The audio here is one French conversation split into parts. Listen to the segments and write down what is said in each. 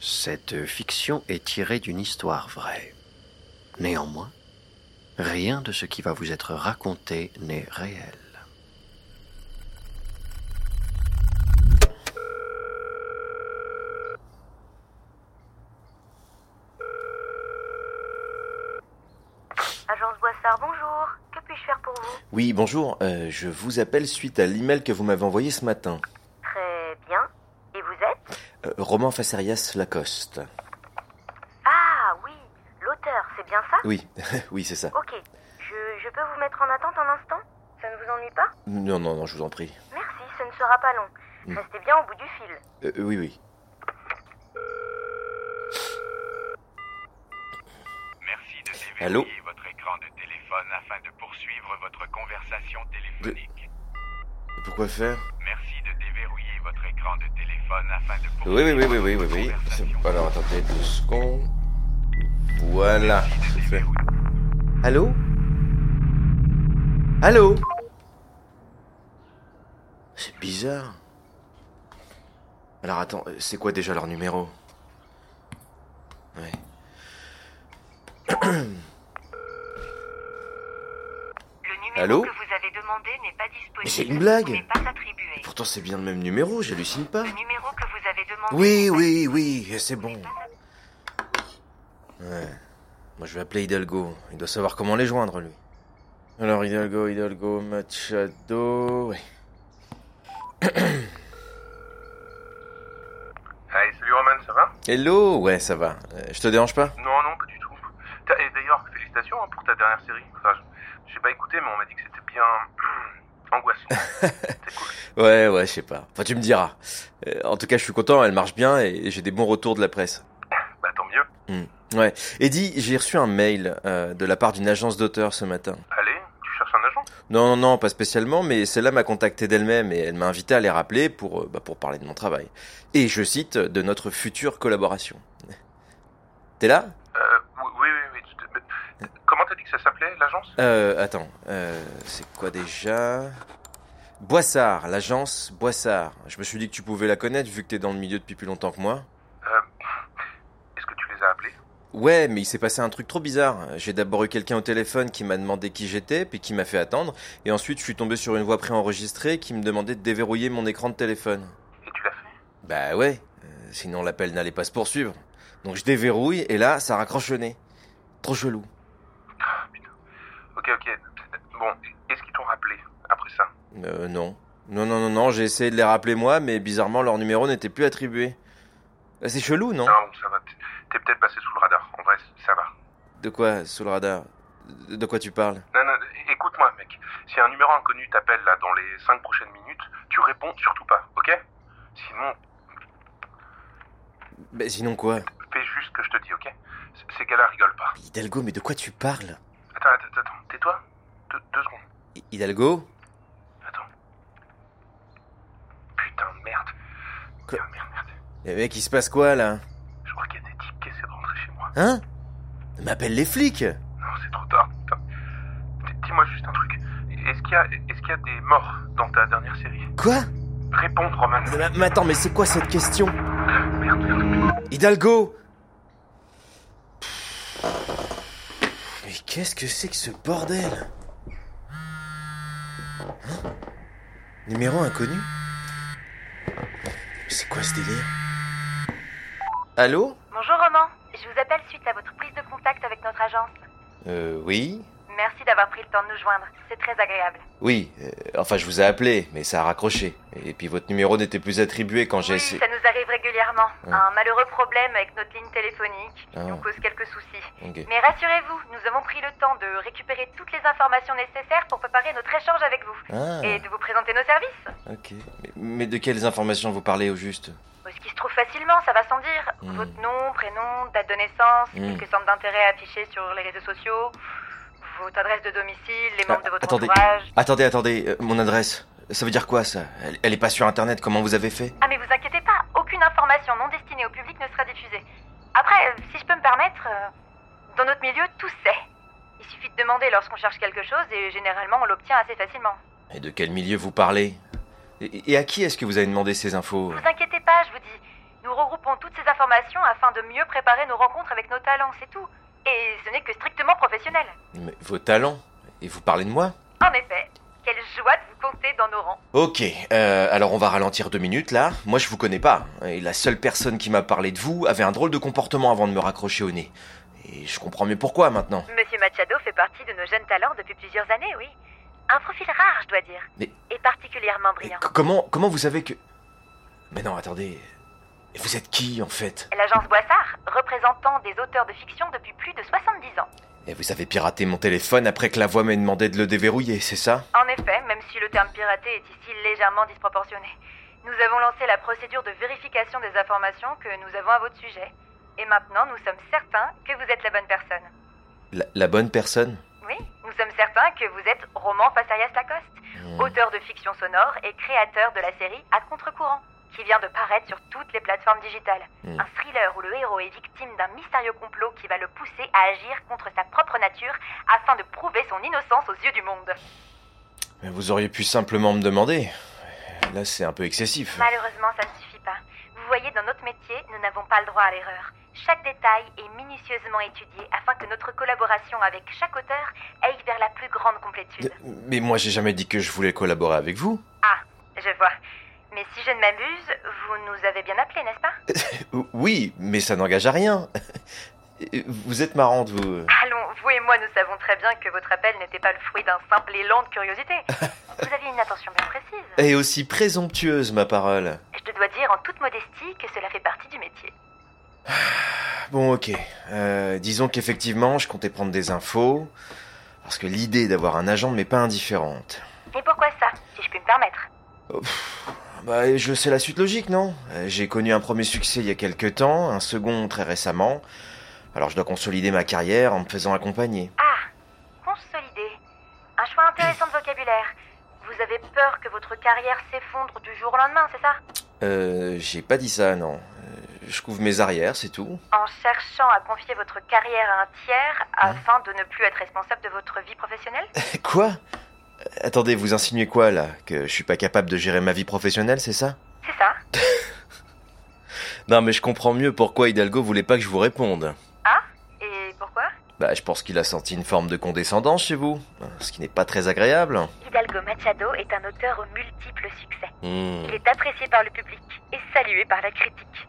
Cette fiction est tirée d'une histoire vraie. Néanmoins, rien de ce qui va vous être raconté n'est réel. Agence Boissard, bonjour. Que puis-je faire pour vous Oui, bonjour. euh, je vous appelle suite à l'email que vous m'avez envoyé ce matin. Très bien. Et vous êtes Euh, Roman Facerias Lacoste. Ah oui, l'auteur, c'est bien ça Oui, oui, c'est ça. Ok. Je, je peux vous mettre en attente un instant Ça ne vous ennuie pas Non, non, non, je vous en prie. Merci, ce ne sera pas long. Mm. Restez bien au bout du fil. Euh, oui, oui. Merci de déverrouiller Allô votre écran de téléphone afin de poursuivre votre conversation téléphonique. Pourquoi faire Merci de déverrouiller votre écran de téléphone afin de Oui, oui, poursuivre oui, oui, oui, oui, votre oui. conversation. C'est- Alors, attendez deux secondes. Voilà, c'est fait. Allô Allô C'est bizarre. Alors, attends, euh, c'est quoi déjà leur numéro Ouais. Le numéro Allô que vous avez demandé n'est pas disponible. Mais c'est une blague. ou n'est pas attribué. Pourtant, c'est bien le même numéro, j'hallucine pas. Le numéro que vous avez demandé. Oui, n'est pas- oui, oui, c'est bon. Ouais. Moi, je vais appeler Hidalgo. Il doit savoir comment les joindre, lui. Alors, Hidalgo, Hidalgo, Machado. ouais. Hey, salut Roman, ça va Hello Ouais, ça va. Euh, je te dérange pas Non, non, pas du tout. T'as- Et d'ailleurs, félicitations hein, pour ta dernière série. Enfin, je- j'ai pas écouté, mais on m'a dit que c'était bien angoissant. Ouais, ouais, je sais pas. Enfin, tu me diras. Euh, en tout cas, je suis content, elle marche bien et j'ai des bons retours de la presse. Bah tant mieux. Ouais. Eddie, j'ai reçu un mail euh, de la part d'une agence d'auteurs ce matin. Allez, tu cherches un agent Non, non, non, pas spécialement, mais celle-là m'a contacté d'elle-même et elle m'a invité à les rappeler pour, euh, bah, pour parler de mon travail. Et je cite, euh, de notre future collaboration. T'es là euh, Oui, oui, oui. oui, tu te- mais- Comment t'as dit que ça s'appelait l'agence Euh, attends, euh, c'est quoi déjà Boissard, l'agence Boissard. Je me suis dit que tu pouvais la connaître vu que t'es dans le milieu depuis plus longtemps que moi. Euh, Est-ce que tu les as appelés Ouais, mais il s'est passé un truc trop bizarre. J'ai d'abord eu quelqu'un au téléphone qui m'a demandé qui j'étais, puis qui m'a fait attendre, et ensuite je suis tombé sur une voix préenregistrée qui me demandait de déverrouiller mon écran de téléphone. Et tu l'as fait Bah ouais, euh, sinon l'appel n'allait pas se poursuivre. Donc je déverrouille, et là, ça raccroche le nez. Trop chelou. Ok, ok. Bon, est-ce qu'ils t'ont rappelé après ça Euh, non. Non, non, non, non, j'ai essayé de les rappeler moi, mais bizarrement, leur numéro n'était plus attribué. Euh, C'est chelou, non Non, ça va. t'es- T'es peut-être passé sous le radar. En vrai, ça va. De quoi, sous le radar De quoi tu parles Non, non, écoute-moi, mec. Si un numéro inconnu t'appelle là dans les 5 prochaines minutes, tu réponds surtout pas, ok Sinon, Bah sinon quoi fais juste ce que je te dis, ok C- Ces gars-là rigolent pas. Hidalgo, mais de quoi tu parles Attends, attends, attends, tais-toi. Deux, deux secondes. Hi- Hidalgo Attends. Putain, de merde. Quoi Merde, merde, merde. Mais Eh, mec, il se passe quoi là Je crois qu'il y a des types qui essaient de rentrer chez moi. Hein M'appelle les flics Non, c'est trop tard. Putain. D- Dis-moi juste un truc. Est-ce qu'il y, a, est-ce qu'il y a des morts dans ta dernière série Quoi Réponds, Roman. mais, mais attends, mais c'est quoi cette question Merde, merde. Hidalgo Mais qu'est-ce que c'est que ce bordel Hein Numéro inconnu C'est quoi ce délire Allô Bonjour Roman, je vous appelle suite à votre prise de contact avec notre agence. Euh oui Merci d'avoir pris le temps de nous joindre, c'est très agréable. Oui, euh, enfin je vous ai appelé, mais ça a raccroché. Et puis votre numéro n'était plus attribué quand j'ai Oui, essayé... ça nous arrive régulièrement. Ah. Un malheureux problème avec notre ligne téléphonique qui Ah. nous cause quelques soucis. Ok. Mais rassurez-vous, nous avons pris le temps de récupérer toutes les informations nécessaires pour préparer notre échange avec vous Ah, et de vous présenter nos services. ok. Mais, mais de quelles informations vous parlez au juste Euh, Ce qui se trouve facilement, ça va sans dire. Mm. Votre nom, prénom, date de naissance, Mm. quelques centres d'intérêt affichés sur les réseaux sociaux, votre adresse de domicile, les Ah, membres de votre attendez. entourage. Attendez, attendez, euh, mon adresse. Ça veut dire quoi ça elle, elle est pas sur internet, comment vous avez fait Ah mais vous inquiétez pas, aucune information non destinée au public ne sera diffusée. Après, euh, si je peux me permettre, euh, dans notre milieu, tout sait. Il suffit de demander lorsqu'on cherche quelque chose et généralement on l'obtient assez facilement. Et de quel milieu vous parlez et, et à qui est-ce que vous avez demandé ces infos Vous inquiétez pas, je vous dis. Nous regroupons toutes ces informations afin de mieux préparer nos rencontres avec nos talents, c'est tout. Et ce n'est que strictement professionnel. Mais vos talents Et vous parlez de moi En effet, quelle joie de vous compter dans nos rangs. Ok, euh, alors on va ralentir deux minutes là. Moi je vous connais pas. Et la seule personne qui m'a parlé de vous avait un drôle de comportement avant de me raccrocher au nez. Et je comprends mieux pourquoi maintenant. Monsieur Machado fait partie de nos jeunes talents depuis plusieurs années, oui. Un profil rare, je dois dire. Mais- Et particulièrement Et brillant. c- comment, comment vous savez que... Mais non, attendez. Et Vous êtes qui en fait L'agence Boissard, représentant des auteurs de fiction depuis plus de 70 ans. Et vous avez piraté mon téléphone après que la voix m'ait demandé de le déverrouiller, c'est ça En effet, même si le terme piraté est ici légèrement disproportionné, nous avons lancé la procédure de vérification des informations que nous avons à votre sujet. Et maintenant, nous sommes certains que vous êtes la bonne personne. la, la bonne personne Oui, nous sommes certains que vous êtes Roman Passarias Lacoste, Hmm. auteur de fiction sonore et créateur de la série À contre-courant, qui vient de paraître sur toutes les plateformes digitales. Hmm. Un thriller où le héros est victime d'un mystérieux complot qui va le pousser à agir contre sa propre nature afin de prouver son innocence aux yeux du monde. Mais vous auriez pu simplement me demander. Là, c'est un peu excessif. Malheureusement, ça ne suffit pas. Vous voyez, dans notre métier, nous n'avons pas le droit à l'erreur. Chaque détail est minutieusement étudié afin que notre collaboration avec chaque auteur aille vers la plus grande complétude. Mais moi, j'ai jamais dit que je voulais collaborer avec vous. Je vois. Mais si je ne m'abuse, vous nous avez bien appelés, n'est-ce pas O- Oui, mais ça n'engage à rien. Vous êtes marrante, vous. Allons, vous et moi, nous savons très bien que votre appel n'était pas le fruit d'un simple élan de curiosité. Vous aviez une attention bien précise. Et aussi présomptueuse, ma parole. Je te dois dire en toute modestie que cela fait partie du métier. Bon, ok. Euh, disons qu'effectivement, je comptais prendre des infos. Parce que l'idée d'avoir un agent ne m'est pas indifférente. Et pourquoi ça, si je puis me permettre Bah, je sais la suite logique, non Euh, J'ai connu un premier succès il y a quelques temps, un second très récemment. Alors je dois consolider ma carrière en me faisant accompagner. Ah, consolider. Un choix intéressant de vocabulaire. Vous avez peur que votre carrière s'effondre du jour au lendemain, c'est ça Euh, j'ai pas dit ça, non. Euh, je couvre mes arrières, c'est tout. En cherchant à confier votre carrière à un tiers afin de ne plus être responsable de votre vie professionnelle Quoi Euh, Attendez, vous insinuez quoi là Que je suis pas capable de gérer ma vie professionnelle, c'est ça C'est ça Non, mais je comprends mieux pourquoi Hidalgo voulait pas que je vous réponde. Et pourquoi Bah, je pense qu'il a senti une forme de condescendance chez vous, ce qui n'est pas très agréable. Hidalgo Machado est un auteur aux multiples succès. Hmm. Il est apprécié par le public et salué par la critique.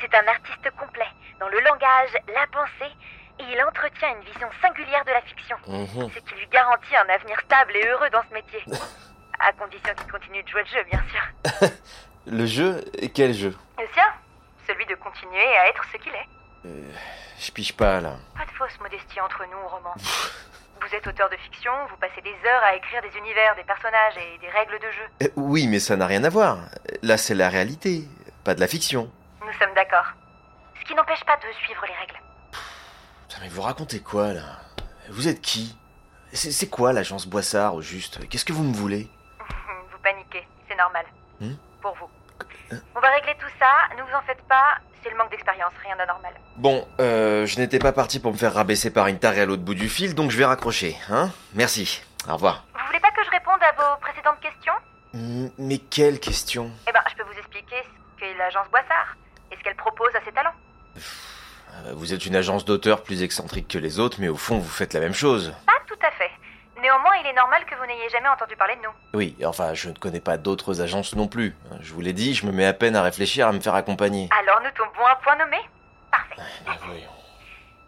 C'est un artiste complet dans le langage, la pensée, et il entretient une vision singulière de la fiction, Mhm. ce qui lui garantit un avenir stable et heureux dans ce métier. À condition qu'il continue de jouer le jeu, bien sûr. Le jeu Quel jeu Le sien Celui de continuer à être ce qu'il est. Je pige pas là. Pas de fausse modestie entre nous, Roman. Vous êtes auteur de fiction, vous passez des heures à écrire des univers, des personnages et des règles de jeu. Euh, oui, mais ça n'a rien à voir. Là, c'est la réalité, pas de la fiction. Nous sommes d'accord. Ce qui n'empêche pas de suivre les règles. Putain, mais vous racontez quoi là Vous êtes qui C'est c'est quoi l'agence Boissard au juste Qu'est-ce que vous me voulez Hum, Vous paniquez, c'est normal. Hmm Pour vous. On va régler tout ça, ne vous en faites pas, c'est le manque d'expérience, rien d'anormal. Bon, euh, je n'étais pas parti pour me faire rabaisser par une tarée à l'autre bout du fil, donc je vais raccrocher, hein Merci. Au revoir. Vous voulez pas que je réponde à vos précédentes questions Mm, Mais quelle question Eh ben, je peux vous expliquer ce qu'est l'agence Boissard et ce qu'elle propose à ses talents. Euh, Vous êtes une agence d'auteurs plus excentrique que les autres, mais au fond, vous faites la même chose. Pas tout à fait. Néanmoins, il est normal que vous n'ayez jamais entendu parler de nous. Oui, enfin, je ne connais pas d'autres agences non plus. Je vous l'ai dit, je me mets à peine à réfléchir à me faire accompagner. Alors nous tombons à point nommé Parfait. Ah, voyons.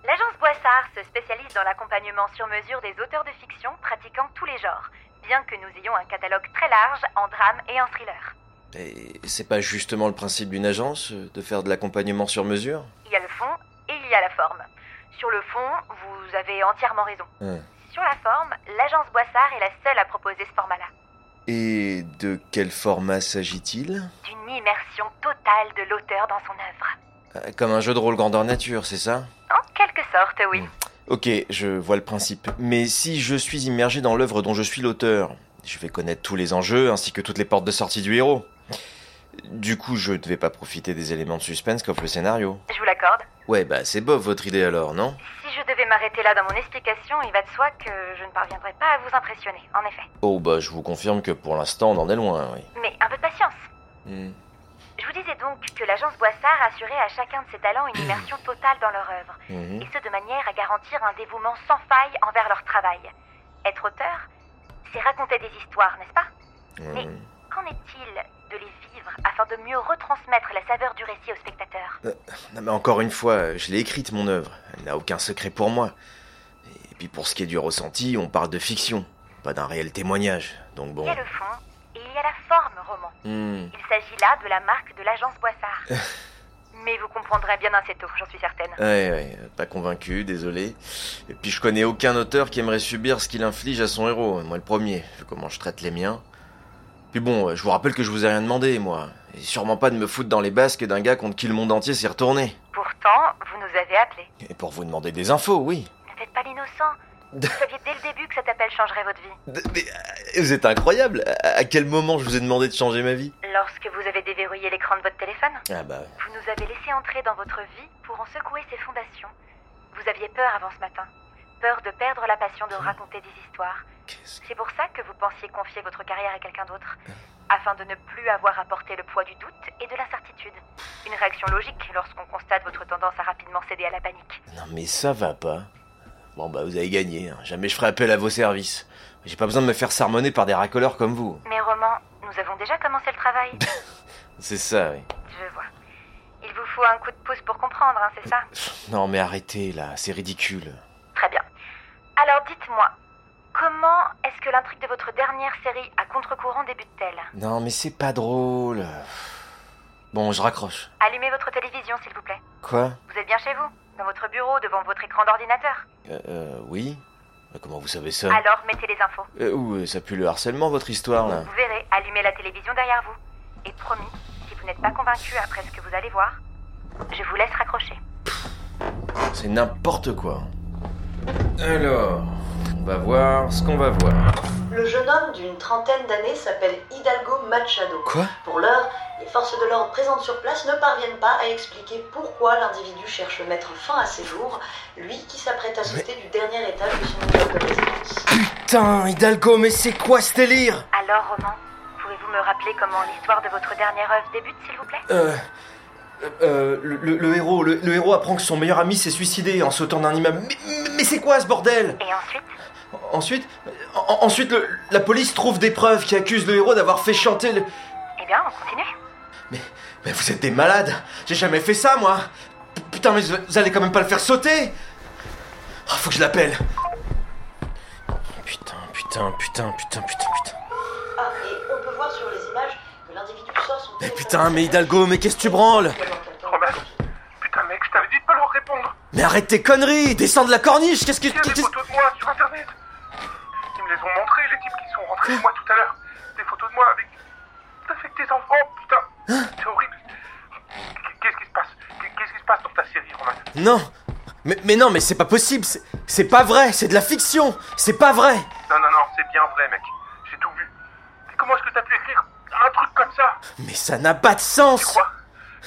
L'agence Boissard se spécialise dans l'accompagnement sur mesure des auteurs de fiction pratiquant tous les genres, bien que nous ayons un catalogue très large en drame et en thriller. Et c'est pas justement le principe d'une agence, euh, de faire de l'accompagnement sur mesure Il y a le fond et il y a la forme. Sur le fond, vous avez entièrement raison. Hein. Sur la forme, l'agence Boissard est la seule à proposer ce format-là. Et de quel format s'agit-il D'une immersion totale de l'auteur dans son œuvre. Euh, Comme un jeu de rôle grandeur nature, c'est ça En quelque sorte, oui. Mm. Ok, je vois le principe. Mais si je suis immergé dans l'œuvre dont je suis l'auteur, je vais connaître tous les enjeux ainsi que toutes les portes de sortie du héros. Du coup, je ne vais pas profiter des éléments de suspense qu'offre le scénario. Je vous l'accorde. Ouais, bah c'est bof votre idée alors, non Si je devais m'arrêter là dans mon explication, il va de soi que je ne parviendrai pas à vous impressionner, en effet. Oh bah je vous confirme que pour l'instant on en est loin, oui. Mais un peu de patience. Hmm. Je Je vous disais donc que l'agence Boissard assurait à chacun de ses talents une immersion totale dans leur œuvre, Mhm. et ce de manière à garantir un dévouement sans faille envers leur travail. Être auteur, c'est raconter des histoires, n'est-ce pas Mais Mhm. qu'en est-il de les vivre afin de mieux retransmettre la saveur du récit au spectateur Non, mais encore une fois, je l'ai écrite mon œuvre. Elle n'a aucun secret pour moi. Et puis pour ce qui est du ressenti, on parle de fiction, pas d'un réel témoignage. Donc Il bon. y a le fond et il y a la forme roman. Hmm. Il s'agit là de la marque de l'agence Boissard. Mais vous comprendrez bien assez tôt, j'en suis certaine. Ouais, ouais, pas convaincu, désolé. Et puis je connais aucun auteur qui aimerait subir ce qu'il inflige à son héros, moi le premier, vu comment je traite les miens. Puis bon, je vous rappelle que je vous ai rien demandé, moi. Et sûrement pas de me foutre dans les basques d'un gars contre qui le monde entier s'est retourné. Pourtant, vous nous avez appelés. Et pour vous demander des infos, oui. Ne faites pas l'innocent. Vous saviez dès le début que cet appel changerait votre vie. D- Mais euh, vous êtes incroyable À à quel moment je vous ai demandé de changer ma vie Lorsque vous avez déverrouillé l'écran de votre téléphone, Ah bah... vous nous avez laissé entrer dans votre vie pour en secouer ses fondations. Vous aviez peur avant ce matin. Peur de perdre la passion de raconter des histoires. qu'est-ce C'est pour ça que vous pensiez confier votre carrière à quelqu'un d'autre, afin de ne plus avoir à porter le poids du doute et de l'incertitude. Une réaction logique lorsqu'on constate votre tendance à rapidement céder à la panique. Non mais ça va pas. Bon bah vous avez gagné, hein. jamais je ferai appel à vos services. J'ai pas besoin de me faire sermonner par des racoleurs comme vous. Mais Roman, nous avons déjà commencé le travail. C'est ça, oui. Je vois. Il vous faut un coup de pouce pour comprendre, hein, c'est ça Non mais arrêtez là, c'est ridicule. Très bien. Alors dites-moi, comment est-ce que l'intrigue de votre dernière série à contre-courant débute-t-elle Non mais c'est pas drôle. Bon, je raccroche. Allumez votre télévision, s'il vous plaît. Quoi Vous êtes bien chez vous, dans votre bureau, devant votre écran d'ordinateur. Euh, euh, oui Euh, Comment vous savez ça Alors mettez les infos. euh, ouh, ça pue le harcèlement votre histoire là. Vous verrez, allumez la télévision derrière vous. Et promis, si vous n'êtes pas convaincu après ce que vous allez voir, je vous laisse raccrocher. C'est n'importe quoi. Alors, on va voir ce qu'on va voir. Le jeune homme d'une trentaine d'années s'appelle Hidalgo Machado. Quoi Pour l'heure, les forces de l'ordre présentes sur place ne parviennent pas à expliquer pourquoi l'individu cherche à mettre fin à ses jours, lui qui s'apprête à sauter du dernier étage de son immeuble de résidence. Putain, Hidalgo, mais c'est quoi ce délire Alors, Roman, pouvez-vous me rappeler comment l'histoire de votre dernière œuvre débute, s'il vous plaît Euh, euh, le, le- le héros, le, le héros apprend que son meilleur ami s'est suicidé en sautant d'un immeuble. Mais, mais- mais c'est quoi ce bordel Et ensuite Ensuite, en- ensuite le- la police trouve des preuves qui accusent le héros d'avoir fait chanter le. Eh bien, on continue. Mais vous êtes des malades J'ai jamais fait ça moi P- Putain, mais vous- vous allez quand même pas le faire sauter Ah, Faut que je l'appelle Putain, putain, putain, putain, putain, putain. Ah, et on peut voir sur les images que l'individu sort son Mais téléphone putain, Ah, mais Hidalgo, mais qu'est-ce que tu branles Alors quelqu'un- Romain. Putain, mec, je t'avais dit de pas leur répondre. Mais arrête tes conneries Descends de la corniche Qu'est-ce que. Il y a des qu'est-ce- photos de moi sur internet. Ils me les ont montrées, les types qui sont rentrés chez moi tout à l'heure. Des photos de moi avec. avec tes enfants, putain. C'est horrible. Qu'est-ce qui se passe Qu'est-ce qui se passe dans ta série, Romain Non mais, mais non, mais c'est pas possible, c'est- c'est pas vrai, c'est de la fiction, c'est pas vrai Non, non, non, c'est bien vrai, mec. J'ai tout vu. Mais comment est-ce que t'as pu écrire un truc comme ça Mais ça n'a pas de sens Quoi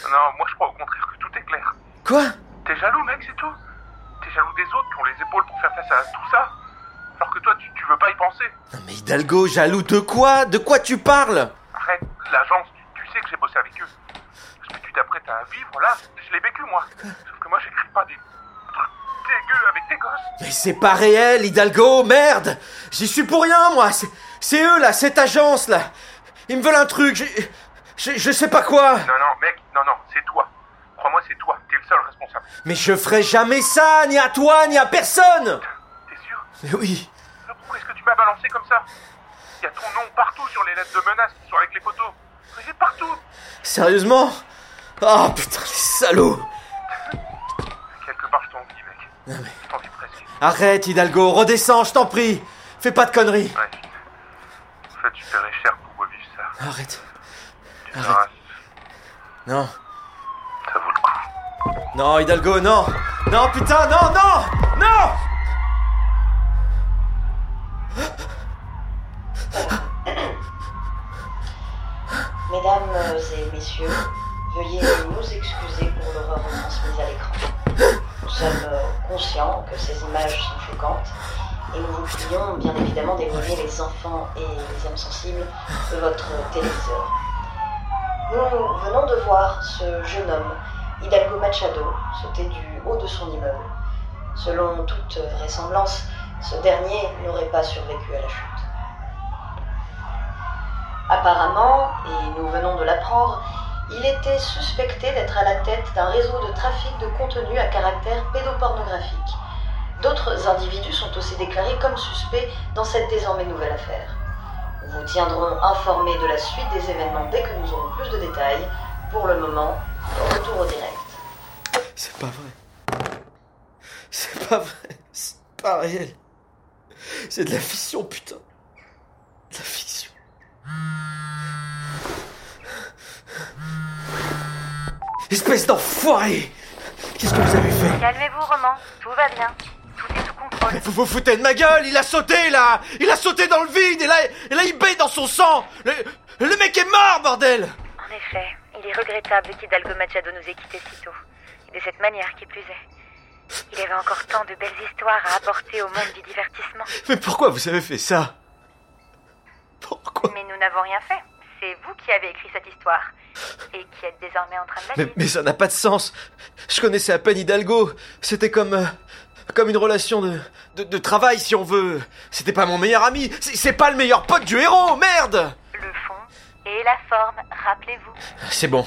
Non, moi je crois au contraire que tout est clair. Quoi T'es jaloux, mec, c'est tout. T'es jaloux des autres qui ont les épaules pour faire face à tout ça. Alors que toi, tu, tu veux pas y penser. Non mais Hidalgo, jaloux de quoi De quoi tu parles Arrête, l'agence, tu, tu sais que j'ai bossé avec eux. Ce que tu t'apprêtes à vivre, là, je l'ai vécu, moi. Sauf que moi, j'écris pas des trucs dégueux avec des gosses. Mais c'est pas réel, Hidalgo, merde J'y suis pour rien, moi C'est- C'est eux, là, cette agence, là Ils me veulent un truc, j'ai- je, je sais pas quoi Non, non, mec, non, non, c'est toi. Crois-moi, c'est toi. T'es le seul responsable. Mais je ferai jamais ça, ni à toi, ni à personne T'es sûr Mais oui Pourquoi est-ce que tu m'as balancé comme ça Il y a ton nom partout sur les lettres de menace qui sont avec les photos. Regarde partout Sérieusement Ah putain, les salauds Quelque part, je t'envie, mec. Je t'envie presque. Arrête, Hidalgo, redescends, je t'en prie Fais pas de conneries Ouais. En fait, tu paierais cher pour revivre ça. Arrête Tu Arrête. verras, Non. ça vaut le coup. Non, Hidalgo, non Non, putain, non, non Non Mesdames et messieurs, veuillez nous excuser pour l'horreur retransmise à l'écran. Nous sommes euh, conscients que ces images sont choquantes et nous vous prions bien évidemment d'éloigner les enfants et les âmes sensibles de votre téléviseur. Nous venons de voir ce jeune homme, Hidalgo Machado, sauter du haut de son immeuble. Selon toute vraisemblance, ce dernier n'aurait pas survécu à la chute. Apparemment, et nous venons de l'apprendre, il était suspecté d'être à la tête d'un réseau de trafic de contenu à caractère pédopornographique. D'autres individus sont aussi déclarés comme suspects dans cette désormais nouvelle affaire. Nous vous tiendrons informés de la suite des événements dès que nous aurons plus de détails. Pour le moment, retour au direct. C'est pas vrai. C'est pas vrai. C'est pas réel. C'est de la fiction, putain. De la fiction. Espèce d'enfoiré Qu'est-ce que vous avez fait Calmez-vous, Roman. Tout va bien. Tout est sous contrôle. Vous vous foutez de ma gueule Il a sauté, là Il a sauté dans le vide Et là, et là il baigne dans son sang le, le mec est mort, bordel En effet, il est regrettable qu'Hidalgo Machado nous ait quittés si tôt. Et de cette manière, qui plus est. Il avait encore tant de belles histoires à apporter au monde du divertissement. Mais pourquoi vous avez fait ça Pourquoi Mais nous n'avons rien fait. C'est vous qui avez écrit cette histoire. Et qui êtes désormais en train de la mais, lire. mais ça n'a pas de sens Je connaissais à peine Hidalgo C'était comme... euh, comme une relation de, de, de travail, si on veut C'était pas mon meilleur ami C'est c'est pas le meilleur pote du héros Merde Le fond et la forme, rappelez-vous. C'est bon.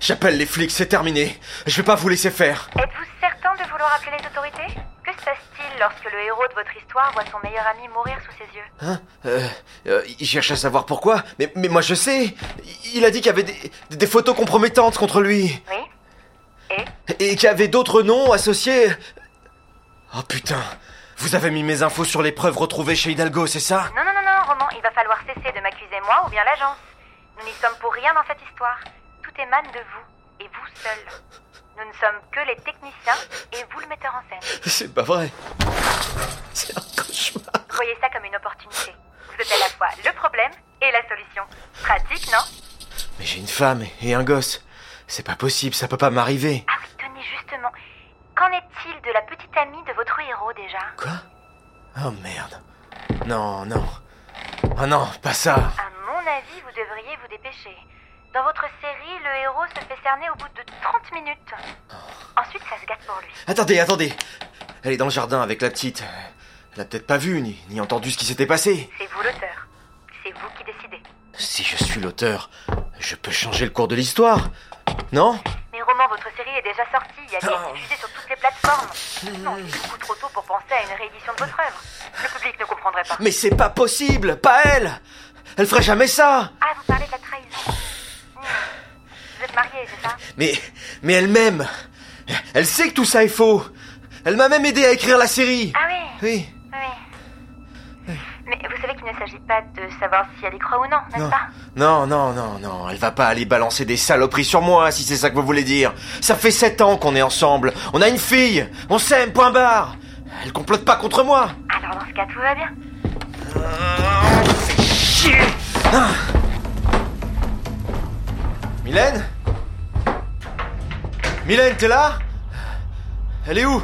J'appelle les flics, c'est terminé. Je vais pas vous laisser faire. Êtes-vous certain de vouloir appeler les autorités Que se passe-t-il lorsque le héros de votre histoire voit son meilleur ami mourir sous ses yeux Hein euh, euh, Il cherche à savoir pourquoi, mais, mais moi je sais. Il a dit qu'il y avait des, des photos compromettantes contre lui. Oui Et qu'il y avait d'autres noms associés. Oh putain. Vous avez mis mes infos sur les preuves retrouvées chez Hidalgo, c'est ça Non, non, non, non, Roman, il va falloir cesser de m'accuser moi ou bien l'agence. Nous n'y sommes pour rien dans cette histoire. Tout émane de vous, et vous seul. Nous ne sommes que les techniciens et vous le metteur en scène. C'est pas vrai. C'est un cauchemar. Voyez ça comme une opportunité. Vous êtes à la fois le problème et la solution. Pratique, non Mais j'ai une femme et un gosse. C'est pas possible, ça peut pas m'arriver. Ah oui, tenez, justement. Qu'en est-il de la petite amie de votre héros déjà Quoi Oh merde. Non, non. Oh non, pas ça. À mon avis, vous devriez vous dépêcher. Dans votre série, le héros se fait cerner au bout de 30 minutes. Ensuite, ça se gâte pour lui. Attendez, attendez. Elle est dans le jardin avec la petite. Elle a peut-être pas vu ni, ni entendu ce qui s'était passé. C'est vous l'auteur. C'est vous qui décidez. Si je suis l'auteur, je peux changer le cours de l'histoire. Non Mais Roman, votre série est déjà sortie. Elle est diffusée sur toutes les plateformes. Non, c'est beaucoup trop tôt pour penser à une réédition de votre œuvre. Le public ne comprendrait pas. Mais c'est pas possible, pas elle. Elle ferait jamais ça. Ah, vous parlez de la trahison. Hmm. Vous êtes mariés, c'est ça Mais mais elle m'aime. Elle sait que tout ça est faux. Elle m'a même aidé à écrire la série. Ah oui Oui. Oui. Mais vous savez qu'il ne s'agit pas de savoir si elle y croit ou non, n'est-ce Non. pas Non, non, non, non, elle va pas aller balancer des saloperies sur moi, si c'est ça que vous voulez dire. Ça fait sept ans qu'on est ensemble, on a une fille, on s'aime, point barre. Elle complote pas contre moi. Alors dans ce cas, tout va bien. Mylène Mylène, t'es là Elle est où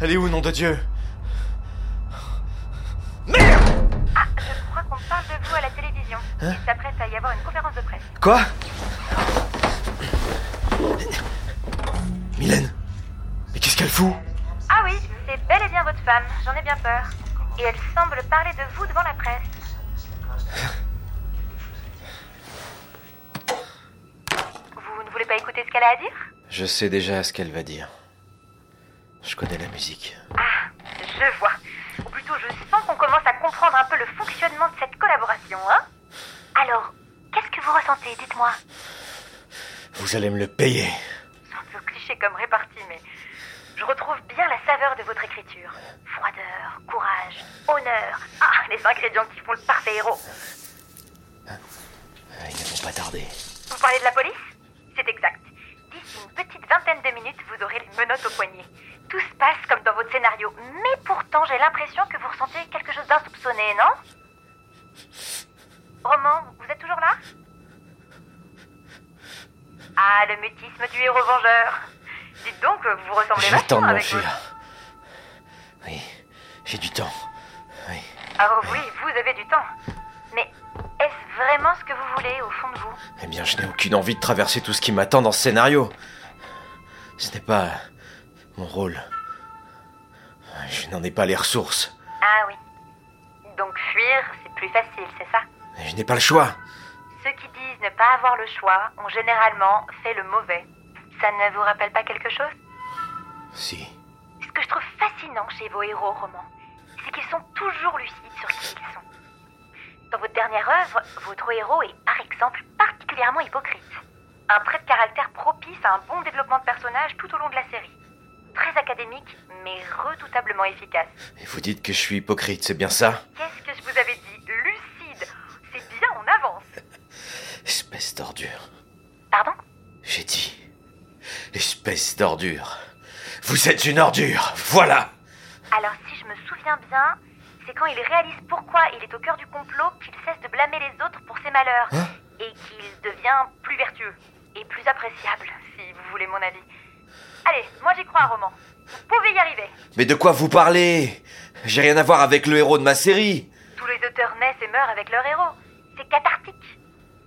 Elle est où, nom de Dieu Merde Je crois qu'on parle de vous à la télévision. Il s'apprête à y avoir une conférence de presse. Quoi Mylène Mais qu'est-ce qu'elle fout Ah oui, c'est bel et bien votre femme, j'en ai bien peur. Et elle semble parler de vous devant la presse. Vous ne voulez pas écouter ce qu'elle a à dire Je sais déjà ce qu'elle va dire. Je connais la musique. Je vois. Ou plutôt, je sens qu'on commence à comprendre un peu le fonctionnement de cette collaboration, hein Alors, qu'est-ce que vous ressentez Dites-moi. Vous allez me le payer. C'est un peu cliché comme réparti, mais je retrouve bien la saveur de votre écriture. Froideur, courage, honneur. Ah, les ingrédients qui font le parfait héros. Ils Ah, ne vont pas tarder. Vous parlez de la police C'est exact. D'ici une petite vingtaine de minutes, vous aurez les menottes au poignet. Tout se passe comme dans votre scénario, mais pourtant j'ai l'impression que vous ressentez quelque chose d'insoupçonné, non Roman, vous êtes toujours là Ah, le mutisme du héros vengeur Dites donc, vous ressemblez Je vais vachement attendre mon avec fil. votre- Oui, j'ai du temps. Oui. Ah oui, vous avez du temps. Mais est-ce vraiment ce que vous voulez au fond de vous. Eh bien, je n'ai aucune envie de traverser tout ce qui m'attend dans ce scénario. Ce n'est pas mon rôle. Je n'en ai pas les ressources. Ah oui. Donc fuir, c'est plus facile, c'est ça Je n'ai pas le choix. Ceux qui disent ne pas avoir le choix ont généralement fait le mauvais. Ça ne vous rappelle pas quelque chose Si. Ce que je trouve fascinant chez vos héros romans, c'est qu'ils sont toujours lucides sur qui ils sont. Dans votre dernière œuvre, votre héros est par exemple particulièrement hypocrite. Un trait de caractère propice à un bon développement de personnage tout au long de la série. Très académique, mais redoutablement efficace. Et vous dites que je suis hypocrite, c'est bien ça Qu'est-ce que je vous avais dit Lucide C'est bien, on avance Espèce d'ordure. Pardon J'ai dit. Espèce d'ordure. Vous êtes une ordure. Voilà. Alors, si je me souviens bien, c'est quand il réalise pourquoi il est au cœur du complot qu'il cesse de blâmer les autres pour ses malheurs Hein et qu'il devient plus vertueux et plus appréciable, si vous voulez mon avis. Allez, moi j'y crois un roman. Vous pouvez y arriver. Mais de quoi vous parlez J'ai rien à voir avec le héros de ma série. Tous les auteurs naissent et meurent avec leur héros. C'est cathartique.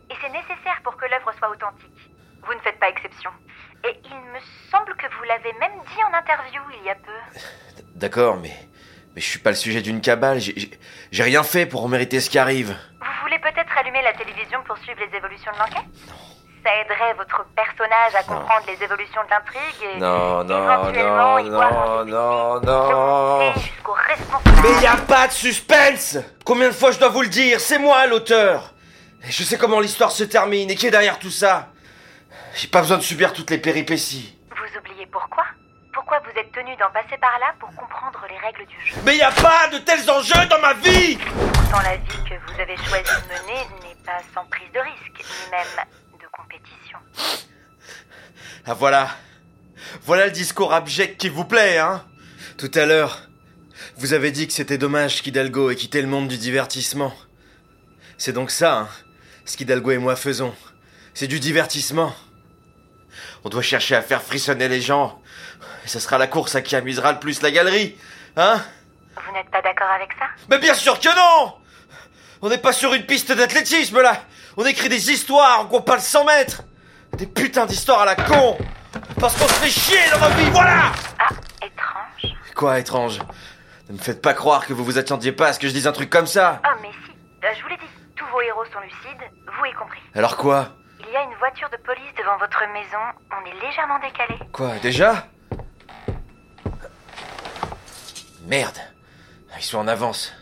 Et c'est nécessaire pour que l'œuvre soit authentique. Vous ne faites pas exception. Et il me semble que vous l'avez même dit en interview il y a peu. D- D'accord, mais mais je suis pas le sujet d'une cabale. J'ai- J'ai j'ai rien fait pour mériter ce qui arrive. Vous voulez peut-être allumer la télévision pour suivre les évolutions de l'enquête Ça aiderait votre personnage à comprendre les évolutions de l'intrigue et Non, non, éventuellement non, y voir non, un non, développement non. jusqu'au responsable. Mais y a pas de suspense Combien de fois je dois vous le dire C'est moi l'auteur Et Je sais comment l'histoire se termine et qui est derrière tout ça J'ai pas besoin de subir toutes les péripéties. Vous oubliez pourquoi Pourquoi vous êtes tenu d'en passer par là pour comprendre les règles du jeu Mais y a pas de tels enjeux dans ma vie Pourtant, la vie que vous avez choisi de mener n'est pas sans prise de risque, ni même de compétition. Ah voilà Voilà le discours abject qui vous plaît, hein Tout à l'heure, vous avez dit que c'était dommage qu'Hidalgo ait quitté le monde du divertissement. C'est donc ça, hein, ce qu'Hidalgo et moi faisons. C'est du divertissement. On doit chercher à faire frissonner les gens. Et ce sera la course à qui amusera le plus la galerie, hein Vous n'êtes pas d'accord avec ça mais bien sûr que non On n'est pas sur une piste d'athlétisme là On écrit des histoires, on compte pas le 100 mètres Des putains d'histoires à la con Parce qu'on se fait chier dans nos vies, voilà Ah, étrange. Quoi, étrange Ne me faites pas croire que vous vous attendiez pas à ce que je dise un truc comme ça Oh, mais si, euh, je vous l'ai dit, tous vos héros sont lucides, vous y compris. Alors quoi Il y a une voiture de police devant votre maison. On est légèrement décalé. Quoi, déjà Merde Ils sont en avance.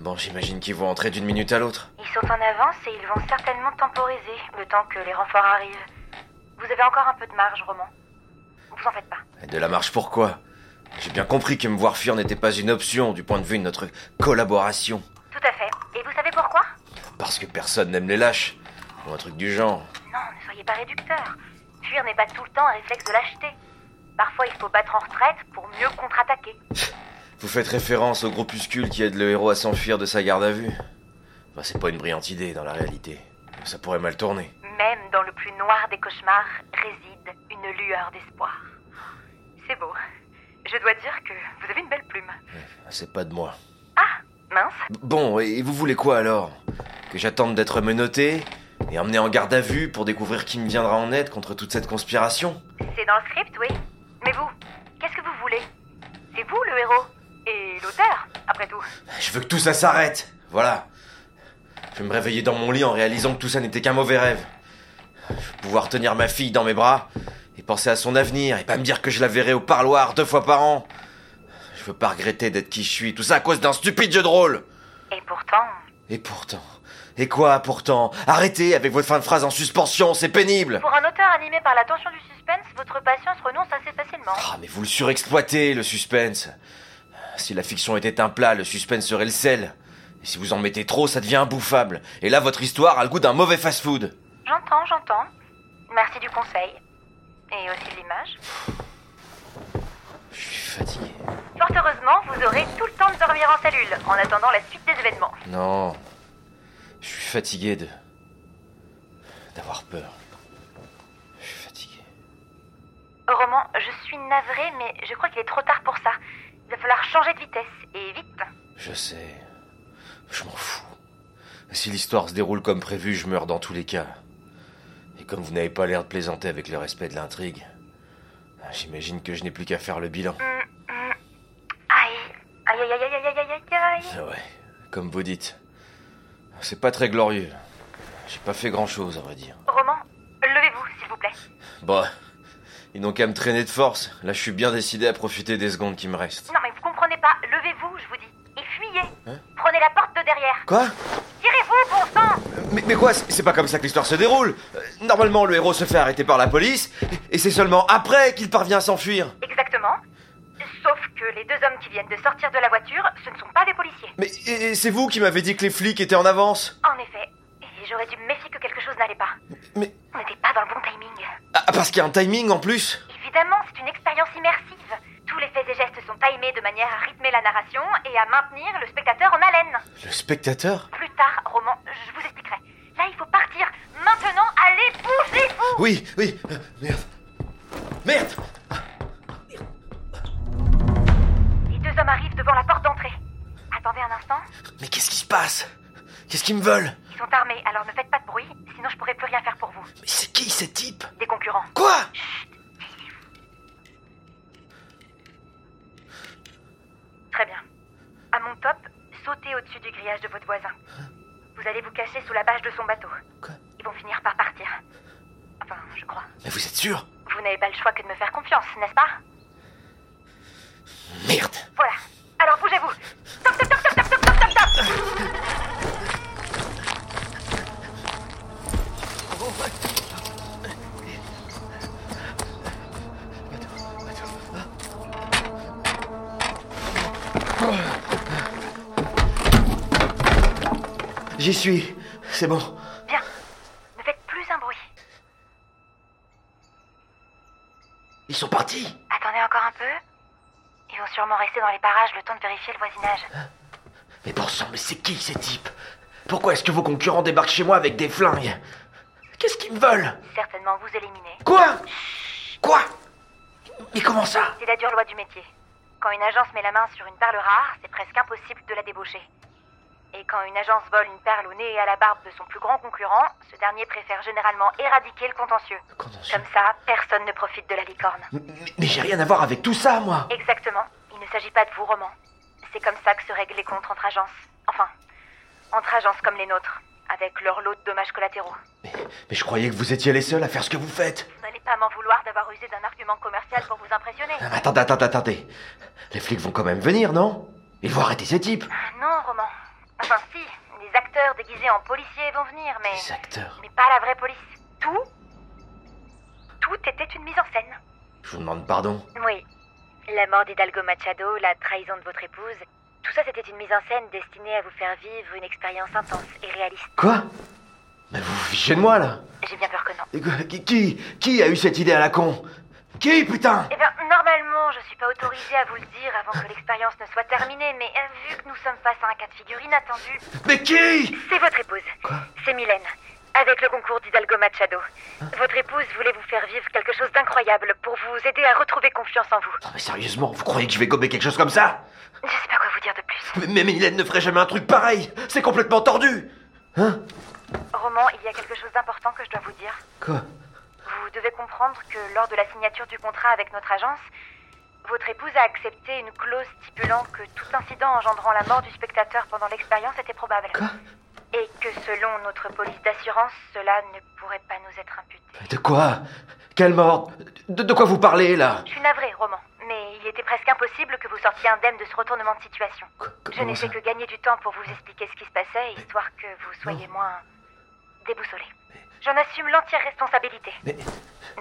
Bon, j'imagine qu'ils vont entrer d'une minute à l'autre. Ils sont en avance et ils vont certainement temporiser le temps que les renforts arrivent. Vous avez encore un peu de marge, Roman. Vous en faites pas. Et De la marche pourquoi J'ai bien compris que me voir fuir n'était pas une option du point de vue de notre collaboration. Tout à fait. Et vous savez pourquoi Parce que personne n'aime les lâches. Ou un truc du genre. Non, ne soyez pas réducteur. Fuir n'est pas tout le temps un réflexe de lâcheté. Parfois, il faut battre en retraite pour mieux contre-attaquer. Vous faites référence au groupuscule qui aide le héros à s'enfuir de sa garde à vue. Bah, c'est pas une brillante idée dans la réalité. Ça pourrait mal tourner. Même dans le plus noir des cauchemars réside une lueur d'espoir. C'est beau. Je dois dire que vous avez une belle plume. C'est pas de moi. Ah, mince. Bon, et vous voulez quoi alors Que j'attende d'être menotté et emmené en garde à vue pour découvrir qui me viendra en aide contre toute cette conspiration C'est dans le script, oui. Mais vous, qu'est-ce que vous voulez C'est vous le héros et l'auteur, après tout. Je veux que tout ça s'arrête. Voilà. Je vais me réveiller dans mon lit en réalisant que tout ça n'était qu'un mauvais rêve. Je vais pouvoir tenir ma fille dans mes bras et penser à son avenir et pas me dire que je la verrai au parloir deux fois par an. Je veux pas regretter d'être qui je suis, tout ça à cause d'un stupide jeu de rôle. Et pourtant, Et pourtant. Et quoi pourtant Arrêtez avec votre fin de phrase en suspension, c'est pénible. pour un auteur animé par la tension du suspense, votre patience renonce assez facilement. Ah, mais vous le surexploitez, le suspense. Si la fiction était un plat, le suspense serait le sel. Et si vous en mettez trop, ça devient imbouffable. Et là, votre histoire a le goût d'un mauvais fast-food. J'entends, j'entends. Merci du conseil. Et aussi de l'image. Je suis fatigué. Fort heureusement, vous aurez tout le temps de dormir en cellule, en attendant la suite des événements. Non. Je suis fatigué de... d'avoir peur. Je suis fatigué. Roman, je suis navrée, mais je crois qu'il est trop tard pour ça. Il va falloir changer de vitesse, et vite. Je sais. Je m'en fous. Si l'histoire se déroule comme prévu, je meurs dans tous les cas. Et comme vous n'avez pas l'air de plaisanter avec le respect de l'intrigue, j'imagine que je n'ai plus qu'à faire le bilan. Mm, Aïe, aïe, aïe, aïe, aïe, aïe, aïe, aïe, aïe. Ah ouais, comme vous dites. C'est pas très glorieux. J'ai pas fait grand chose, à vrai dire. Roman, levez-vous, s'il vous plaît. Bah, ils n'ont qu'à me traîner de force. Là, je suis bien décidé à profiter des secondes qui me restent. Non, mais vous comprenez pas. Levez-vous, je vous dis. Et fuyez. Hein Prenez la porte de derrière. Quoi Tirez-vous, bon sang mais, mais quoi C'est c'est pas comme ça que l'histoire se déroule Euh, Normalement, le héros se fait arrêter par la police, et c'est seulement après qu'il parvient à s'enfuir. Exactement. Sauf que les deux hommes qui viennent de sortir de la voiture, ce ne sont pas des policiers. Mais et- et c'est vous qui m'avez dit que les flics étaient en avance En effet. Et j'aurais dû me méfier que quelque chose n'allait pas. Mais. On n'était pas dans le bon timing. Ah, parce qu'il y a un timing en plus Évidemment, c'est une expérience immersive. Tous les faits et gestes sont timés de manière à rythmer la narration et à maintenir le spectateur en haleine. Le spectateur Plus tard, Roman, je vous expliquerai. Là, il faut partir. Maintenant, allez, bougez-vous Oui, oui euh, Merde Merde Les deux hommes arrivent devant la porte d'entrée. Attendez un instant. Mais qu'est-ce qui se passe Qu'est-ce qu'ils me veulent Ils sont armés, alors ne faites pas de bruit, sinon je pourrai plus rien faire pour vous. Mais c'est qui ces types Des concurrents. Quoi Très bien. À mon top, sautez au-dessus du grillage de votre voisin. Vous allez vous cacher sous la bâche de son bateau. Quoi Ils vont finir par partir. Enfin, je crois. Mais vous êtes sûr Vous n'avez pas le choix que de me faire confiance, n'est-ce pas Merde Voilà. Alors bougez-vous. Stop, stop, stop, stop, stop, stop, stop, stop J'y suis C'est bon Bien. Ne faites plus un bruit. Ils sont partis Attendez encore un peu. Ils vont sûrement rester dans les parages le temps de vérifier le voisinage. Mais bon sang, mais c'est qui ces types Pourquoi est-ce que vos concurrents débarquent chez moi avec des flingues Qu'est-ce qu'ils me veulent Certainement vous éliminer. Quoi Quoi Mais comment ça C'est la dure loi du métier. Quand une agence met la main sur une perle rare, c'est presque impossible de la débaucher. Et quand une agence vole une perle au nez et à la barbe de son plus grand concurrent, ce dernier préfère généralement éradiquer le contentieux. Comme ça, personne ne profite de la licorne. Mais, mais j'ai rien à voir avec tout ça, moi Exactement. Il ne s'agit pas de vous, Roman. C'est comme ça que se règlent les comptes entre agences. Enfin, entre agences comme les nôtres, avec leur lot de dommages collatéraux. mais, mais je croyais que vous étiez les seuls à faire ce que vous faites Vous n'allez pas m'en vouloir d'avoir usé d'un argument commercial pour vous impressionner. Ah, Attendez, attendez, attendez Les flics vont quand même venir, non Ils vont arrêter ces types Ah Non, Roman. Enfin, si, les acteurs déguisés en policiers vont venir, mais. Les acteurs Mais pas la vraie police. Tout. Tout était une mise en scène. Je vous demande pardon. Oui. La mort d'Hidalgo Machado, la trahison de votre épouse, tout ça c'était une mise en scène destinée à vous faire vivre une expérience intense et réaliste. Quoi Mais vous vous fichez de moi, là J'ai bien peur que non. Et quoi- qui, qui, qui a eu cette idée à la con Qui, putain Eh bien, normalement, je suis pas autorisée à vous le dire avant que l'expérience ne soit terminée, mais euh, vu que nous sommes face à un cas de figure inattendu, Mais qui C'est votre épouse. C'est Mylène. Avec le concours d'Hidalgo Machado. Votre épouse voulait vous faire vivre quelque chose d'incroyable pour vous aider à retrouver confiance en vous. Non mais sérieusement, vous croyez que je vais gober quelque chose comme ça Je sais pas quoi vous dire de plus. mais, mais Mylène ne ferait jamais un truc pareil C'est complètement tordu Roman, il y a quelque chose d'important que je dois vous dire. Quoi Vous devez comprendre que lors de la signature du contrat avec notre agence, votre épouse a accepté une clause stipulant que tout incident engendrant la mort du spectateur pendant l'expérience était probable. Quoi Et que selon notre police d'assurance, cela ne pourrait pas nous être imputé. De quoi Quelle mort de, de quoi vous parlez, là Je suis navrée, Roman, mais il était presque impossible que vous sortiez indemne de ce retournement de situation. Quoi- co- Je comment n'ai ça Ah. fait que gagner du temps pour vous expliquer ce qui se passait, histoire que vous soyez moins déboussolé. J'en assume l'entière responsabilité, Mais-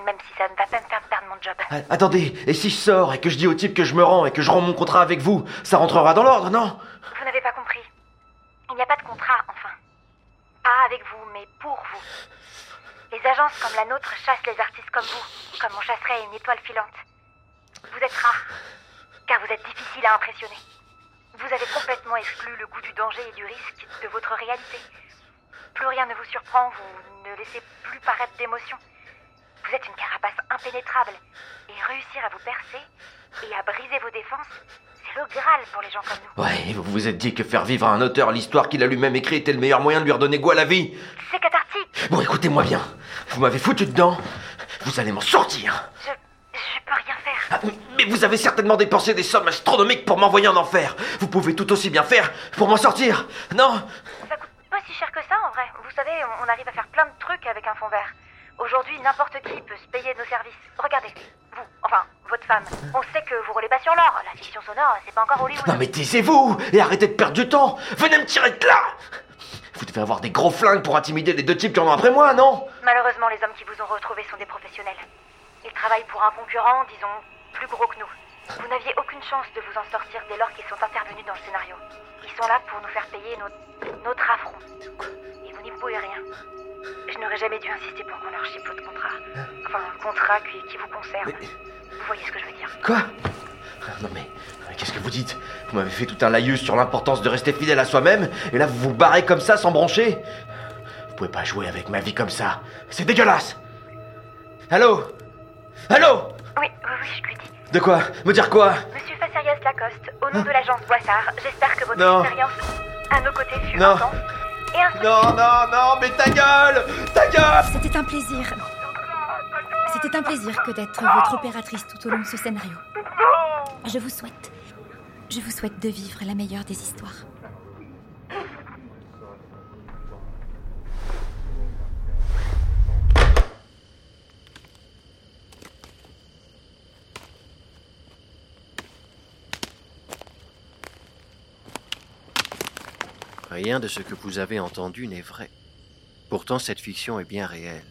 même si ça ne va pas me faire perdre mon job. Ah, Attendez, et si je sors et que je dis au type que je me rends et que je rends mon contrat avec vous, ça rentrera dans l'ordre, non Vous n'avez pas compris. Il n'y a pas de contrat, enfin. Pas avec vous, mais pour vous. Les agences comme la nôtre chassent les artistes comme vous, comme on chasserait une étoile filante. Vous êtes rare, car vous êtes difficile à impressionner. Vous avez complètement exclu le goût du danger et du risque de votre réalité. Plus rien ne vous surprend, vous ne laissez plus paraître d'émotion. Vous êtes une carapace impénétrable, et réussir à vous percer et à briser vos défenses, c'est le Graal pour les gens comme nous. Ouais, vous vous êtes dit que faire vivre à un auteur l'histoire qu'il a lui-même écrite était le meilleur moyen de lui redonner goût à la vie. C'est cathartique. Bon, écoutez-moi bien. Vous m'avez foutu dedans. Vous allez m'en sortir. Je. Je peux rien faire. Ah, Mais vous avez certainement dépensé des sommes astronomiques pour m'envoyer en enfer. Vous pouvez tout aussi bien faire pour m'en sortir. Non Ça coûte pas si cher que ça en vrai. Vous savez, on- on arrive à faire plein de trucs avec un fond vert. Aujourd'hui, n'importe qui peut se payer nos services. Regardez, vous, enfin, votre femme. On sait que vous roulez pas sur l'or. La fiction sonore, c'est pas encore Hollywood. Non mais taisez-vous et arrêtez de perdre du temps. Venez me tirer de là. Vous devez avoir des gros flingues pour intimider les deux types qui en ont après moi, non Malheureusement, les hommes qui vous ont retrouvés sont des professionnels. Ils travaillent pour un concurrent, disons, plus gros que nous. Vous n'aviez aucune chance de vous en sortir dès lors qu'ils sont intervenus dans le scénario. Ils sont là pour nous faire payer notre, notre affront. Et vous n'y pouvez rien. Je n'aurais jamais dû insister pour qu'on leur chie votre contrat. Enfin, un contrat qui, qui vous concerne. Vous voyez ce que je veux dire. Quoi Non mais, mais qu'est-ce que vous dites Vous m'avez fait tout un laïus sur l'importance de rester fidèle à soi-même et là vous vous barrez comme ça sans broncher Vous pouvez pas jouer avec ma vie comme ça. C'est dégueulasse. Allô Allô Oui, oui, oui, je lui dis. De quoi Me dire quoi Monsieur Facerias Lacoste, au nom de l'agence Boissard, j'espère que votre Non. expérience à nos côtés fut Non. intense et instructive. Non, non, non, mais ta gueule Ta gueule C'était un plaisir. C'était un plaisir que d'être votre opératrice tout au long de ce scénario. Je vous souhaite. Je vous souhaite de vivre la meilleure des histoires. Rien de ce que vous avez entendu n'est vrai. Pourtant, cette fiction est bien réelle.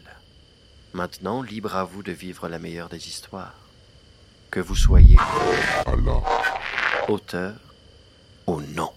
Maintenant, libre à vous de vivre la meilleure des histoires. Que vous soyez auteur ou non.